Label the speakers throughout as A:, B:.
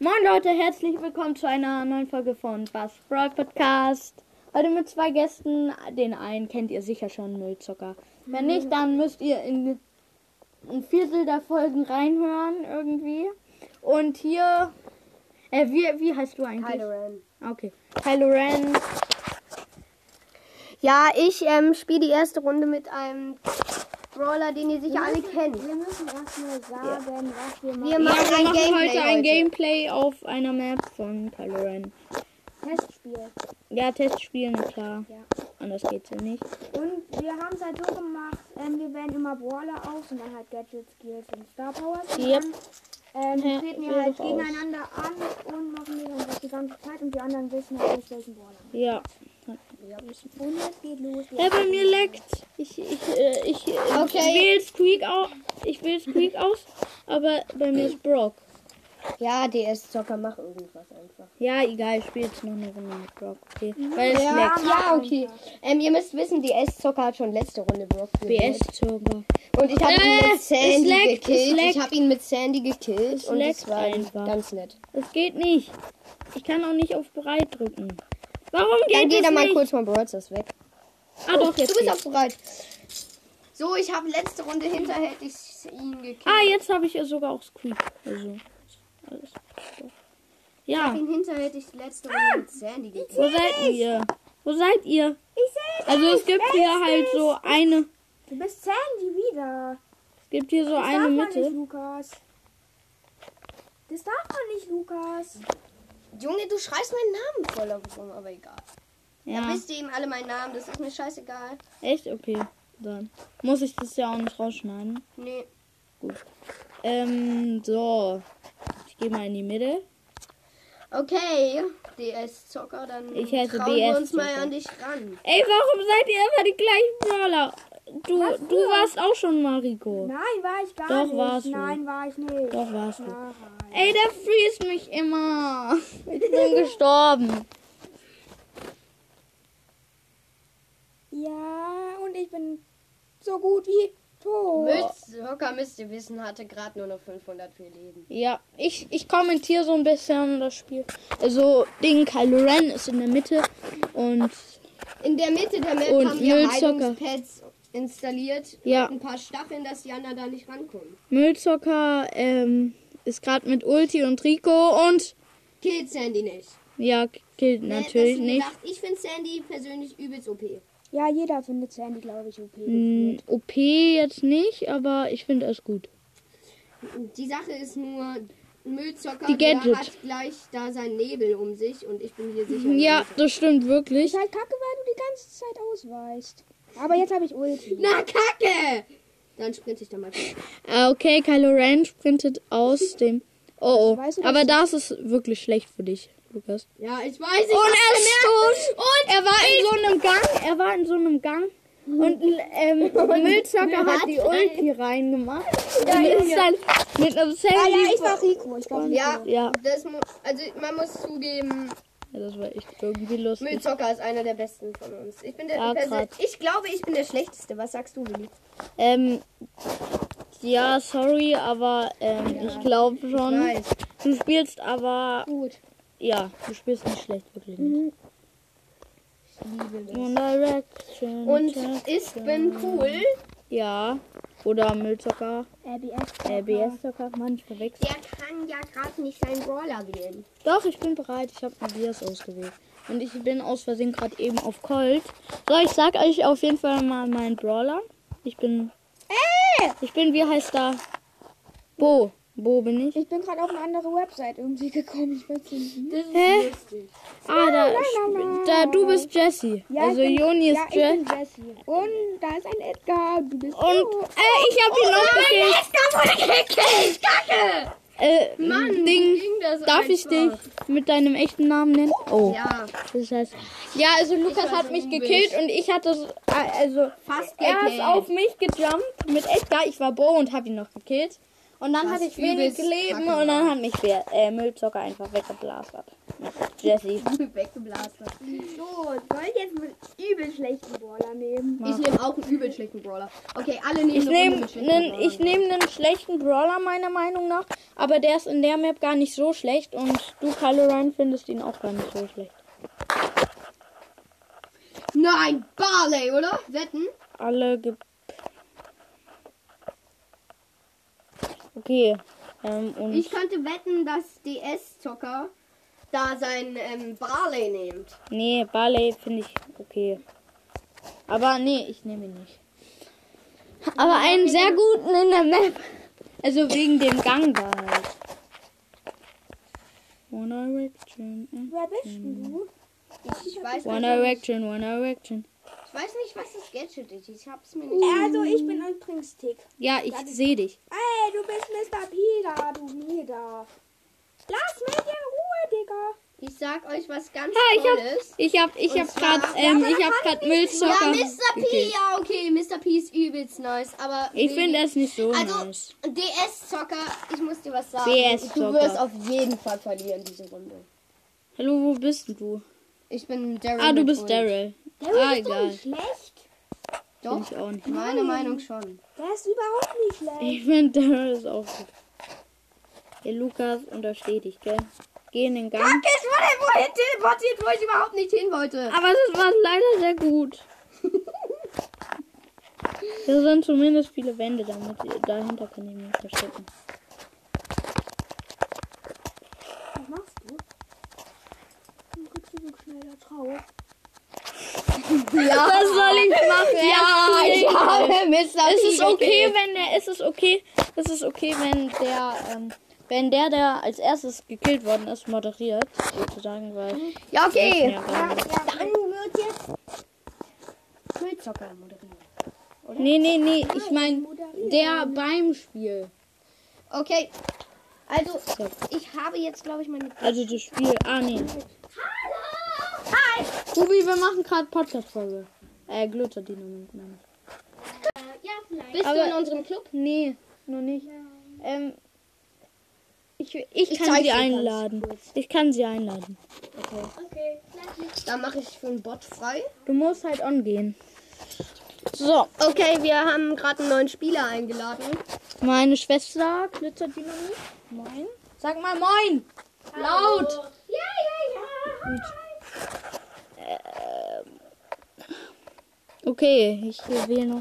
A: Moin Leute, herzlich willkommen zu einer neuen Folge von Bass Brawl Podcast. Heute mit zwei Gästen. Den einen kennt ihr sicher schon, Müllzocker. Wenn
B: Mhm.
A: nicht, dann müsst ihr in ein Viertel der Folgen reinhören irgendwie. Und hier, äh, wie, wie heißt du eigentlich?
B: Kylo Ren.
A: Okay. Kylo Ren.
B: Ja, ich ähm, spiele die erste Runde mit einem Brawler, den ihr sicher alle kennt.
C: Wir müssen erstmal sagen, was wir machen.
B: Wir
A: Ja,
B: machen
A: wir
B: ein
A: machen
B: Gameplay
A: heute ein Gameplay auf einer Map von Kylo Ren.
C: Testspiel.
A: Ja, Testspiel, na klar.
C: Ja.
A: Anders geht's ja nicht.
C: Und wir haben es halt so gemacht, ähm, wir wählen immer Brawler aus und dann halt Gadget Skills und Star Powers. Und
A: Yep.
C: dann
A: Ja,
C: ähm, treten
A: ich will
C: wir halt
A: doch
C: gegeneinander an und machen die dann das die ganze Zeit und die anderen wissen halt nicht, welchen Brawler.
A: Ja.
C: Und es geht los. Wir
A: Ja, bei mir leckt. Ich, ich, äh, ich, äh,
B: Okay.
A: will Squeak aus. Ich will Squeak aus, aber bei mir ist Brock.
B: Ja, DS-Zocker, mach irgendwas einfach.
A: Ja, egal, ich spiele jetzt noch eine Runde mit Brock. Okay. Weil es
B: Mhm. Ja,
A: leckt.
B: ja okay. Ähm, ihr müsst wissen, DS-Zocker hat schon letzte Runde Brock
A: BS
B: gewählt.
A: Zucker.
B: Und ich habe
A: Äh,
B: ihn mit
A: es
B: Sandy
A: leckt, es
B: gekillt.
A: leckt.
B: Ich habe ihn mit Sandy gekillt. und
A: leckt
B: das war
A: einfach.
B: ganz nett.
A: Es geht nicht. Ich kann auch nicht auf bereit drücken. Warum geht
B: Dann geht
A: es
B: er
A: nicht?
B: mal kurz mal Brawlers weg.
A: Ah doch, jetzt.
B: du bist
A: geht's.
B: auch bereit. So, ich habe letzte Runde hinterhältig ihn gekillt.
A: Ah, jetzt habe ich ja sogar auch Squeak. Also alles. Ja. Ah,
B: ihn hinterhältig letzte Runde mit Sandy gekillt.
A: Wo seid ihr? Wo seid ihr? Also es gibt hier halt so eine,
C: Du bist Sandy wieder.
A: es gibt hier so
C: Das
A: eine
C: darf man nicht,
A: Mitte.
C: Lukas. Das darf man nicht, Lukas.
B: Junge, du schreibst meinen Namen voll auf rum, aber egal.
A: Ja.
B: Wisst ihr eben alle meinen Namen, das ist mir scheißegal.
A: Echt? Okay. Dann muss ich das ja auch nicht rausschneiden.
B: Nee.
A: Ähm, so. Ich gehe mal in die Mitte.
B: Okay, DS-Zocker, dann
A: Ich heiße
B: trauen wir uns
A: DS-Zocker.
B: mal an dich ran.
A: Ey, warum seid ihr immer die gleichen Brawler? Du, du warst auch schon Mariko.
C: Nein, war ich gar
A: Doch,
C: nicht.
A: warst du.
C: Nein, war ich nicht.
A: Doch warst du.
C: Nein.
A: Ey, der freest mich immer. Ich bin gestorben.
C: Ja, und ich bin so gut wie
A: Oh.
C: tot.
B: Mütz-Zocker, müsst ihr wissen, hatte gerade nur noch 504 Leben.
A: Ja, ich, ich kommentiere so ein bisschen das Spiel. Also, Ding Kylo Ren ist in der Mitte und
B: In der Mitte der Map
A: Und
B: haben wir
A: Müllzocker.
B: Heilungspads installiert.
A: Ja.
B: Ein paar Stacheln, dass die anderen da nicht rankommen.
A: Müllzocker ähm, ist gerade mit Ulti und Rico und
B: Killt Sandy nicht.
A: ja, killt
B: Wer hätte
A: natürlich
B: das
A: nicht.
B: gedacht? Ich finde Sandy persönlich übelst OP.
C: Ja, jeder findet Sandy, glaube ich, OP.
A: Mm, OP jetzt nicht, aber ich finde es gut.
B: Die Sache ist nur, Müllzocker
A: Die
B: der
A: Gadget.
B: hat gleich da seinen Nebel um sich und ich bin hier sicher.
A: Ja,
B: Müllzocker.
A: das stimmt wirklich.
C: Ist halt kacke, weil du die ganze Zeit ausweichst. Aber jetzt habe ich Ulti.
B: Na, Kacke! Dann sprinte ich da mal.
A: Ah, Okay, Kylo Ren sprintet aus dem. Oh,
C: Weißt
A: oh.
C: du,
A: Aber das ist wirklich schlecht für dich, Lukas.
B: Ja, ich weiß nicht.
A: Und er stoß. Und er war in so einem Gang. Er war in so einem Gang. Und ähm, Müllzocker hat die Ulti reingemacht. und ist dann mit einem Sandy.
C: Ah ja, ich war Rico. Ich glaube,
B: Ja,
A: Ah, Ja.
B: Das mu also man muss zugeben,
A: Ja, das war echt irgendwie lustig.
B: Müllzocker ist einer der besten von uns. Ich bin der
A: Ja,
B: Perso-
A: grad.
B: Ich glaube, ich bin der schlechteste. Was sagst du, Willi?
A: Ähm, ja, sorry, aber ähm, ich glaube schon.
B: Weiß.
A: du spielst aber.
B: Gut.
A: Ja, du spielst nicht schlecht, wirklich nicht.
C: Mhm.
B: Liebe das.
A: One Direction.
B: Und ich bin cool.
A: ja. Oder äh, Müllzocker.
C: ABS.
A: LBS-Zocker. Mann, ich verwechsel.
B: Der kann ja gerade nicht seinen Brawler wählen.
A: Doch, ich bin bereit. Ich habe Matthias ausgewählt. Und ich bin aus Versehen gerade eben auf Colt. So, ich sag euch auf jeden Fall mal meinen Brawler. Ich bin.
C: Äh!
A: Ich bin, wie heißt da? Bo. Bo bin ich.
C: Ich bin gerade auf eine andere Website irgendwie gekommen. Ich weiß nicht.
B: Das ist
A: Hä?
B: lustig.
A: Ah, da, da du bist Jesse. also Joni ist
C: ja, ich
A: Jesse.
C: bin Jessie. Und da ist ein Edgar. Du bist
A: Und
C: du.
A: äh, ich habe ihn noch gekillt.
B: Da wurde gekillt. Kacke!
A: Äh,
B: Mann, wie
A: Ding,
B: ging das
A: darf ich dich
B: einfach?
A: mit deinem echten Namen nennen? Oh.
B: Ja,
A: Das heißt, ja, also Lukas
B: war
A: hat
B: so
A: mich
B: übel.
A: gekillt und ich hatte so- äh, also
B: fast
A: Er
B: gekillt.
A: ist auf mich gejumpt mit Edgar. Ich war Bo und hab ihn noch gekillt. Und dann hatte ich wenig
B: übelst
A: Leben
B: kacke
A: und dann hat mich der äh, Müllzocker einfach weggeblasert. Jesse.
B: Weggeblasert.
C: So, soll ich jetzt mit übel schlechten Brawler nehmen?
B: Ich nehme auch einen übel schlechten Brawler. Okay, alle nehmen
A: Ich
B: eine Runde
A: nehme
B: mit
A: einen,
B: schlechten Brawlern.
A: ich nehm einen schlechten Brawler meiner Meinung nach, aber der ist in der Map gar nicht so schlecht und du, Caloran, findest ihn auch gar nicht so schlecht.
B: Nein, Barley, oder? Wetten?
A: Alle gibt. Okay. Ähm, und
B: Ich könnte wetten, dass DS-Zocker da sein ähm, Barley nimmt.
A: Nee, Barley finde ich okay. Aber nee, ich nehme ihn nicht. Aber einen sehr guten in der Map. Also wegen dem Gang da halt. One Direction.
C: Wer bist denn du?
B: Ich weiß,
A: One
B: nicht,
A: Direction, One Direction.
B: ich weiß nicht, was das Gadget ist. Ich hab's mir nicht.
C: Also, ich bin übrigens Tick.
A: Ja, ich sehe dich.
C: Ey, du bist Mr. Pida, du Mieder. Lass mich in Ruhe, Digga.
B: Ich sag euch was ganz
A: Ah, ich
B: Tolles.
A: hab, ich hab, ich
B: Und
A: hab
B: zwar-
A: grad, ähm, ich hab grad
B: ja,
A: Müllzocker.
B: Mr. P, ja, okay. Mr. P ist übelst nice, aber.
A: Ich finde es nicht so
B: Also,
A: nice.
B: DS-Zocker, ich muss dir was sagen.
A: DS-Zocker.
B: Du wirst auf jeden Fall verlieren diese Runde.
A: Hallo, wo bist denn du?
B: Ich bin Daryl.
A: Ah, du
B: mit
A: bist
B: Ult.
A: Daryl.
C: Der
A: Ah,
C: ist doch
A: egal.
C: nicht schlecht.
A: Bin
B: Doch,
A: ich auch nicht.
B: meine Meinung schon.
C: Der ist überhaupt nicht schlecht.
A: Ich finde, Daryl ist auch gut. Hey, Lukas, untersteh dich, gell? Geh in den Gang.
B: Ich wurde wohin teleportiert, wo ich überhaupt nicht hin wollte.
A: Aber das war leider sehr gut. Da sind zumindest viele Wände, damit dahinter kann ich mich verstecken.
C: Was machst du? Warum guckst du so schnell da drauf?
A: Was soll ich machen? Ja, ich habe Mr. Es ist okay, wenn der, es ist okay, es ist okay, wenn der, ähm, wenn der, der als erstes gekillt worden ist, moderiert, sozusagen, weil.
B: Ja, okay.
A: Ja, weil-
B: Dann wird jetzt Müllzocker moderieren.
A: Nee, nee, nee, ich meine, der beim Spiel.
B: Okay. Also,
A: So.
B: ich habe jetzt, glaube ich, meine.
A: Also das Spiel. Ah, nee. Hallo! Hi! Ruby, wir machen gerade Podcast-Folge. Äh, Glutterdynamik, meine ich.
B: Bist
A: Aber-
B: du in unserem Club?
A: Nee, noch nicht. Ähm, ich, ich kann
B: zeig
A: sie
B: dir ganz
A: einladen. Ich kann sie einladen.
B: Dann mache ich für einen Bot frei.
A: Du musst halt on gehen.
B: So. Okay, wir haben gerade einen neuen Spieler eingeladen.
A: Meine Schwester, Glitzerdynamik. Moin. Sag mal Moin! Laut! Ja, ja, ja! Gut. Ähm. Okay, ich wähle noch.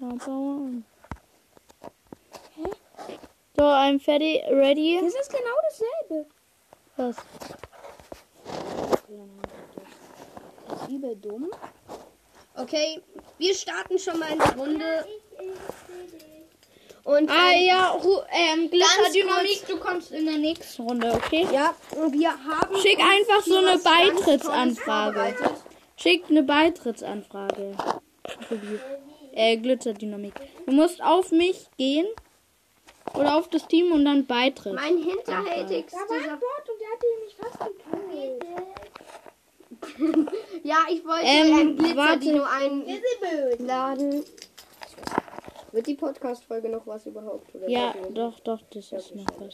A: Da, Bauer. So, I'm fertig. Ready?
C: Das ist genau dasselbe.
A: Was?
C: Übel dumm.
B: Okay, wir starten schon mal in die Runde. Und
A: Ah
B: ähm,
A: ja, Ru- ähm,
B: kurz.
A: Glitzerdynamik, du kommst in der nächsten Runde, okay?
B: äh, ja, und wir haben.
A: Schick einfach so eine
B: was ganz Tolles
A: Beitrittsanfrage.
B: vorbereitet.
A: Schickt eine Beitrittsanfrage. Äh, Glitzerdynamik. Du musst auf mich gehen oder auf das Team und dann Beitritt.
B: Mein hinterhältigster.
C: Da war ein Bot und der hat ihn nicht fast gekillt.
B: Ja, ich wollte
A: Ähm,
B: ähm, Glitzer-Dino
C: Wir
B: ein.
C: sind blöd.
B: laden. Wird die Podcast-Folge noch was überhaupt? Oder
A: Ja,
B: sollten wir-
A: doch, doch, das ist noch was.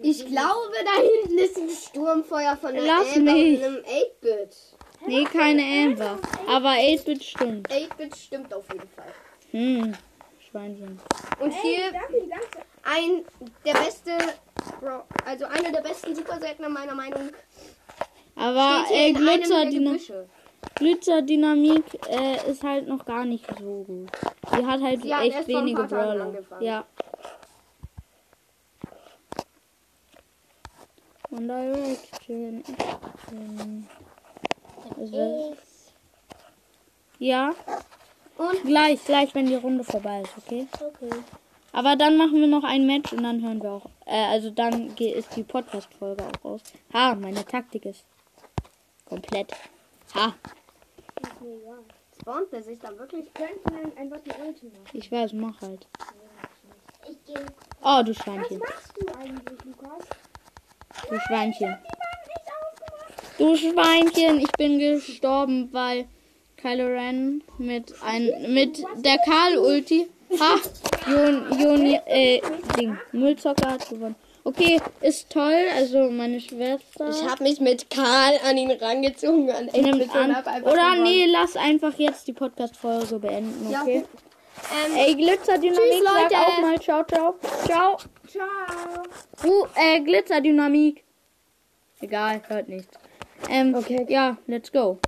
B: Ich glaube, da hinten ist ein Sturmfeuer von der
A: Lass
B: Amber
A: mich.
B: und einem 8-Bit.
A: Nee, keine Amber. Aber 8-Bit stimmt.
B: 8-Bit stimmt auf jeden Fall.
A: Hm. Schweinchen.
B: Und
C: Ey,
B: hier
C: danke, danke.
B: ein, der beste, Bro- also einer der besten Superseltner meiner Meinung nach.
A: Aber äh,
B: in einem der
A: Glitzerdynamik.
B: Gebüsche.
A: Glitzerdynamik äh, ist halt noch gar nicht so gut. Die hat halt
B: Sie hat
A: echt
B: erst vor ein
A: wenige
B: paar Tagen
A: Brawler.
B: angefangen.
A: Ja. One Direction. Action. Also, ja. Und gleich, gleich, wenn die Runde vorbei ist, okay?
C: Okay.
A: Aber dann machen wir noch ein Match und dann hören wir auch. Äh, also dann ge- ist die Podcast-Folge auch raus. Ha, meine Taktik ist komplett. Ha.
C: Ist mir egal.
B: Spawnt der sich dann wirklich?
C: Ich könnte dann einfach die Ulti machen.
A: Ich weiß, mach halt. Oh, du Schweinchen.
C: Was machst du eigentlich, Lukas?
A: Du Schweinchen. Du Schweinchen, ich bin gestorben, weil Kylo Ren mit ein mit der Karl Ulti Ha! Jun, Jun, äh, Ding. Müllzocker hat gewonnen. Okay, ist toll. Also meine Schwester.
B: Ich habe mich mit Karl an ihn rangezogen. An
A: nimmt
B: Expedition,
A: an.
B: hab einfach
A: Oder
B: gewonnen.
A: nee, lass einfach jetzt die Podcast-Folge beenden,
B: Ja,
A: okay?
B: Ähm,
A: Ey, Glitzerdynamik,
B: Tschüss,
A: sag
B: Leute.
A: auch mal ciao, ciao. Ciao.
C: Ciao.
A: Uh, äh, Glitzerdynamik. Egal, hört nicht. Ähm, okay. ja, let's go.